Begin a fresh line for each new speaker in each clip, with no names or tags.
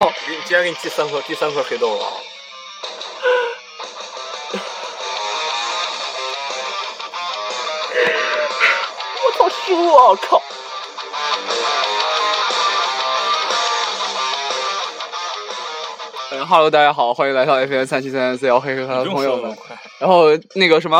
给你今天给你寄三颗，第三颗黑豆了啊。
我操，失误啊！我靠，
嗯，Hello，大家好，欢迎来到 FM 三七三四幺黑黑
啊
和朋友们。
快，
然后那个什么，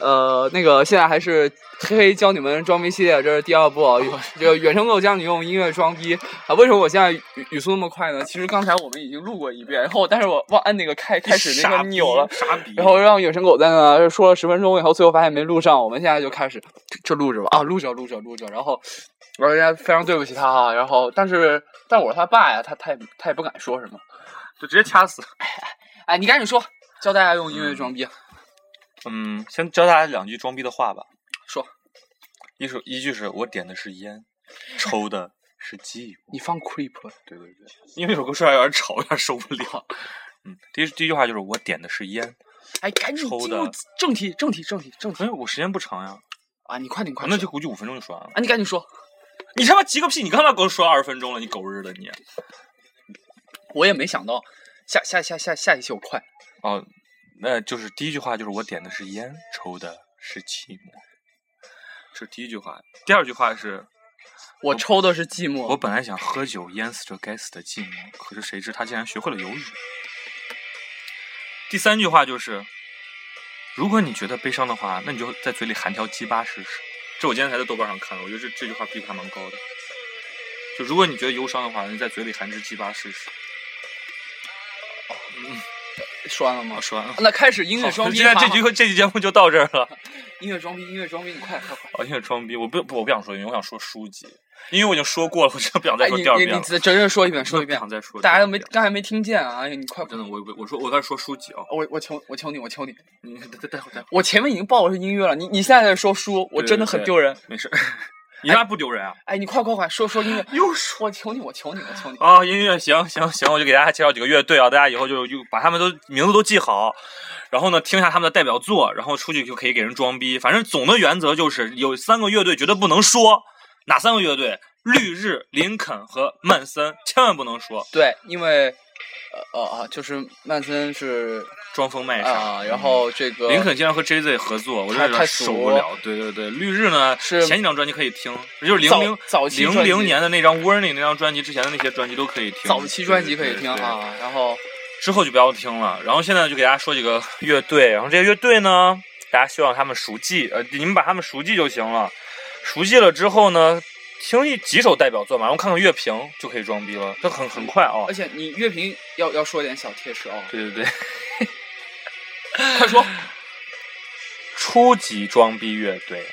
呃，那个现在还是黑黑教你们装逼系列，这是第二部啊。这个远程构教你用音乐装逼啊？为什么我现在语语速那么快呢？其实刚才我们已经录过一遍，然后但是我忘按那个开开始那个钮了，
傻逼。
然后让远程狗在那说了十分钟以后，最后发现没录上，我们现在就开始就录着吧啊，录着录着录着，然后我人家非常对不起他啊，然后但是但我是他爸呀，他他也他也不敢说什么，
就直接掐死。
哎，你赶紧说，教大家用音乐装逼，啊
嗯，先教大家两句装逼的话吧。
说
一首一句是我点的是烟，抽的是寂寞。
你放 creep，
对对对，因为那首歌说啊来有点吵，有点受不了。嗯，第一第一句话就是我点的是烟，
哎，赶紧
抽
进
的
入正题正题正题正题
因为哎我时间不长呀，
啊，你快点快
可
点，
能哦就估计五分钟就说完了。
啊，你赶紧说，
你他妈急个屁！你刚才给我说二十分钟了，你狗日的你！
我也没想到下下下下下一期我快，
哦，那就是第一句话就是我点的是烟，抽的是寂寞，这是第一句话。第二句话是哦
我抽的是寂寞，
我本来想喝酒淹死这该死的寂寞，可是谁知他竟然学会了游泳。第三句话就是，如果你觉得悲伤的话，那你就在嘴里含条鸡巴试试。这我今天才在豆瓣上看的，我觉得这这句话逼格还蛮高的。就如果你觉得忧伤的话，你在嘴里含只鸡巴试试。
说完了
我
吗？
说完了，
那开始音乐
好
装逼，
今天
哈
这
哈
局这期节目就到这儿了。
音乐装逼，音乐装逼，你快快快！
好像装逼，我不不，我不想说音乐，我想说书籍，因为我已经说过了，我真的不想再
哎，
说
你
第二
你
遍
你
了。
真真说一遍，说一 遍
不，想再说第二遍了，
大家都没刚才没听见啊！哎呀，你快
真
快！
的，我我我说我在说书籍啊、
我我求我求你，我求你！
你待待待会儿待会
我前面已经报的是音乐了，你你现在在说书，我
对
真的
对
很
对
丢人。
儿， 没事，你那不丢人啊？
哎，你快快快说说音乐！
又说
我求你，我求你，我 求你！
啊、音乐行行行，我就给大家介绍几个乐队啊，大家以后就就把他们都名字都记好，然后呢听一下他们的代表作，然后出去就可以给人装逼。反正总的原则就是有三个乐队绝对不能说，哪三个乐队？绿日、林肯和曼森，千万不能说
对，因为呃呃啊，就是曼森是
装疯卖傻
啊，然。后这个
林肯经常和 JZ 合作，我真的
太
有点
太
受
俗
不了。对对对，绿日呢，
是
前几张专辑可以听，就是零
早
零
早期
零
专
零
辑
年的那张《Warning》那张专辑之前的那些专辑都可以听，
早期专辑可以
对
听，
对对对
啊，然后
之后就不要听了。然后现在就给大家说几个乐队，然后这些乐队呢，大家希望他们熟记，呃，你们把他们熟记就行了。熟记了之后呢，听一几首代表作嘛，然后看看乐评就可以装逼了，这很很快啊、
而且你乐评要要说一点小贴士哦，
对对对，
快说！
初级装逼乐队，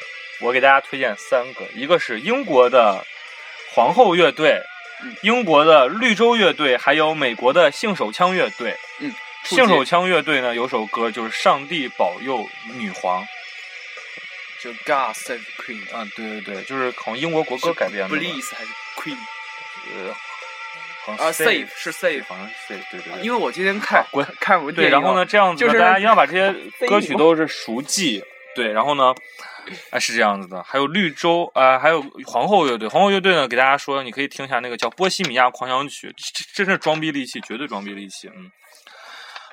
我给大家推荐三个，一个是英国的皇后乐队
嗯，
英国的绿洲乐队，还有美国的性手枪乐队。
嗯，初级
性手枪乐队呢有首歌就是《上帝保佑女皇》，
就 God Save the Queen
啊，对对对，就是好像英国国 歌改编的吧。
，Please 还是 Queen？
呃，好像
啊
save
，Save 是 Save，
好像是 save，对对对。
因为我今天看
啊滚
看我
对，然后呢，，这样子呢，
啊就是
大家一定要把这些歌曲
飞牛
都是熟记。对，然后呢，哎，是这样子的，还有绿洲啊、呃还有皇后乐队。皇后乐队呢，给大家说，你可以听一下那个叫《波西米亚狂想曲》，这这真是装逼利器，绝对装逼利器。嗯，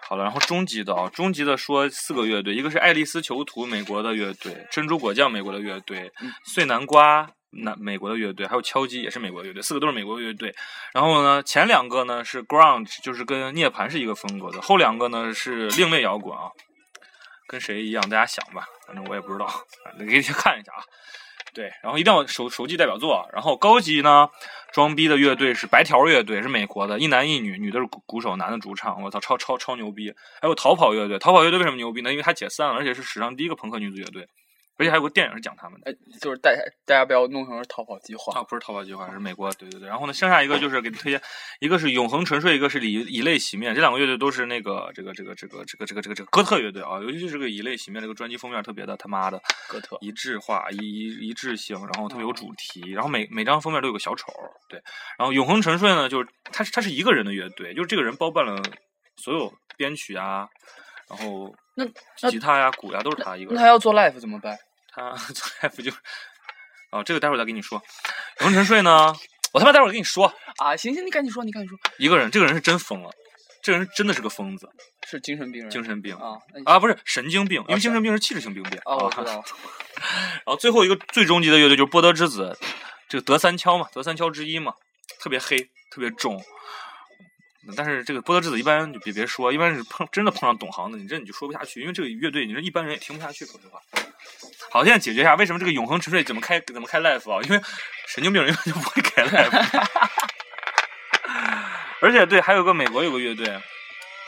好了，然后中级的啊、中级的说四个乐队，一个是爱丽丝囚徒，美国的乐队；珍珠果酱，美国的乐队；碎南瓜，南美国的乐队；还有敲击，也是美国的乐队。四个都是美国的乐队。然后呢，前两个呢是 grunge，就是跟涅槃是一个风格的；后两个呢是另类摇滚啊，跟谁一样大家想吧，反正我也不知道，你可以去看一下啊。对，然后一定要熟熟记代表作啊。然后高级呢，装逼的乐队是白条乐队，是美国的，一男一女，女的是鼓鼓手，男的主唱。我操，超超超牛逼！还有逃跑乐队，逃跑乐队为什么牛逼呢？因为它解散了，而且是史上第一个朋克女子乐队，而且还有个电影是讲他们的。
呃，就是大家大家不要弄成是逃跑计划。
啊，不是逃跑计划，是美国，对对对。然后呢，剩下一个就是给你推荐，一个是永恒沉睡，一个是以以泪洗面，这两个乐队都是那个这个这个这个这个这个这个这个哥特乐队啊，尤其是这个以泪洗面这个专辑封面特别的他妈的
哥特
一致化、一一一致性，然后特别有
哦
主题，然后每每张封面都有个小丑，对。然后永恒沉睡呢，就是他是他是一个人的乐队，就是这个人包办了所有编曲啊，然后
那那
吉他呀、鼓呀都是他一个
那
人
他。要做 live 怎么办？
他做 F 就是，哦，这个待会儿再跟你说。龙沉睡呢，我他妈待会儿跟你说，
啊！行行，你赶紧说，你赶紧说，
一个人，这个人是真疯了，这个人真的是个疯子，
是精神病人
精神病
啊那你
啊，不是神经病，因为
哦是
精神病是器质性病变
啊，我知
然
道了，
后最后一个最终极的乐队就是波德之子，这个德三敲嘛，德三敲之一嘛，特别黑，特别重。但是这个波德之子一般就别别说，一般是碰真的碰上懂行的，你这你就说不下去，因为这个乐队你说一般人也听不下去，说实话。好，现在解决一下为什么这个永恒沉睡怎么开怎么开 live 啊？因为神经病人一般 就不会开 live。而且对，还有个美国有个乐队，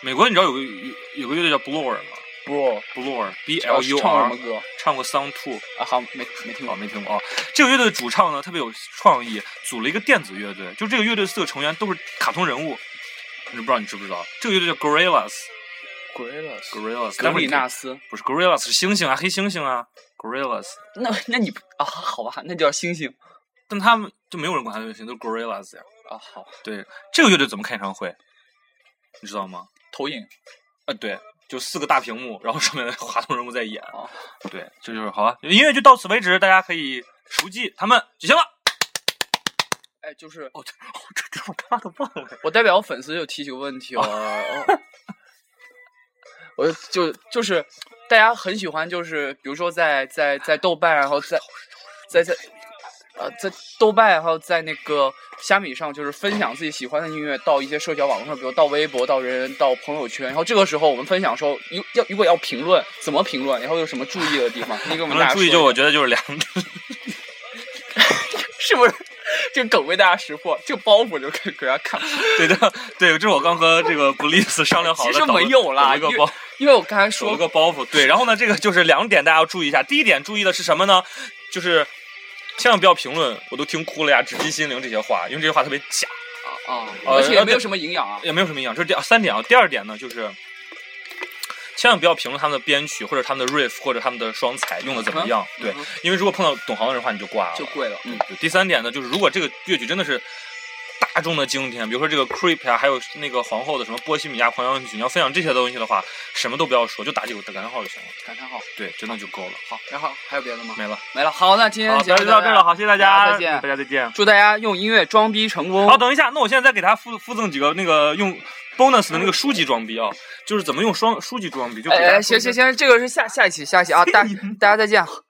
美国你知道有个有有个乐队叫 Blur 吗
不，
？Blur B
要
L
是
U
唱什
R
么歌
唱过 Song Two，
啊？好，没没听
哦
过，
没听过啊。这个乐队的主唱呢特别有创意，组了一个电子乐队，就这个乐队四个成员都是卡通人物，你不知道你知不知道？这个乐队叫 Gorillas，Gorillas，
Gorillaz，格
待会儿
里
你
纳斯。
不是 Gorillas 是猩猩啊，黑猩猩啊，Gorillas，
那那你啊，好吧，那叫星星
但他们就没有人管他们星，都是 Gorillas 呀。
啊，好，
对，这个乐队怎么开演唱会，你知道吗？
投影
啊，对，就四个大屏幕，然后上面的卡通人物在演。
哦
对，这就是好吧，音乐就到此为止，大家可以熟记他们就行了。
哎，就是
哦，这哦这这我他妈都忘了。
我代表粉丝就提几个问题哦，哦我就就是大家很喜欢，就是比如说在在在豆瓣，然后在在在呃在豆瓣，然后在那个虾米上，就是分享自己喜欢的音乐到一些社交网络上，比如到微博、到人人、到朋友圈。然后这个时候我们分享的时候，如要如果要评论，怎么评论？然后有什么注意的地方？你给我
你
们
们
大家
注意，
说一
就
下
我觉得就是两，
是不是？这个梗被大家识破，这个包袱就给给大家看。
对的，对，这是我刚和这个 Bliss 商量好的。
其实没有啦
了一个
因为
包，
因为我刚才
有
说
一个包袱。对，然后呢，这个就是两点，大家要注意一下。第一点注意的是什么呢？就是千万不要评论，我都听哭了呀，直击心灵这些话，因为这些话特别假。
啊啊，
呃
而且也没
呃
有
对
什么营养啊。
也没有什么影响。这是第二三点啊。第二点呢，就是千万不要评论他们的编曲或者他们的 riff 或者他们的双踩用的怎么样。对
嗯，哼
因为如果碰到懂行的人的话，你就挂了。
就贵了。嗯，
对第三点呢，就是如果这个乐曲真的是大众的经典，比如说这个 Creep 啊，还有那个皇后的什么波西米亚狂想曲，你要分享这些东西的话，什么都不要说，就打几个感叹号就行了。
感叹号。
对，真的就够了，
好，然后还有别的吗？
没了。
没了。好，那今天
好，
的节
咱
目
就到这儿了，，好，谢谢大家，
大家再见
大家再见。
祝大家用音乐装逼成功。
好，等一下，那我现在再给大家附附赠几个那个用 bonus 的那个书籍装逼啊，就是怎么用双书籍装逼，就给大
哎
家
哎，
说
行
一下
行行，这个是下下一期，下一期啊，大大家再见。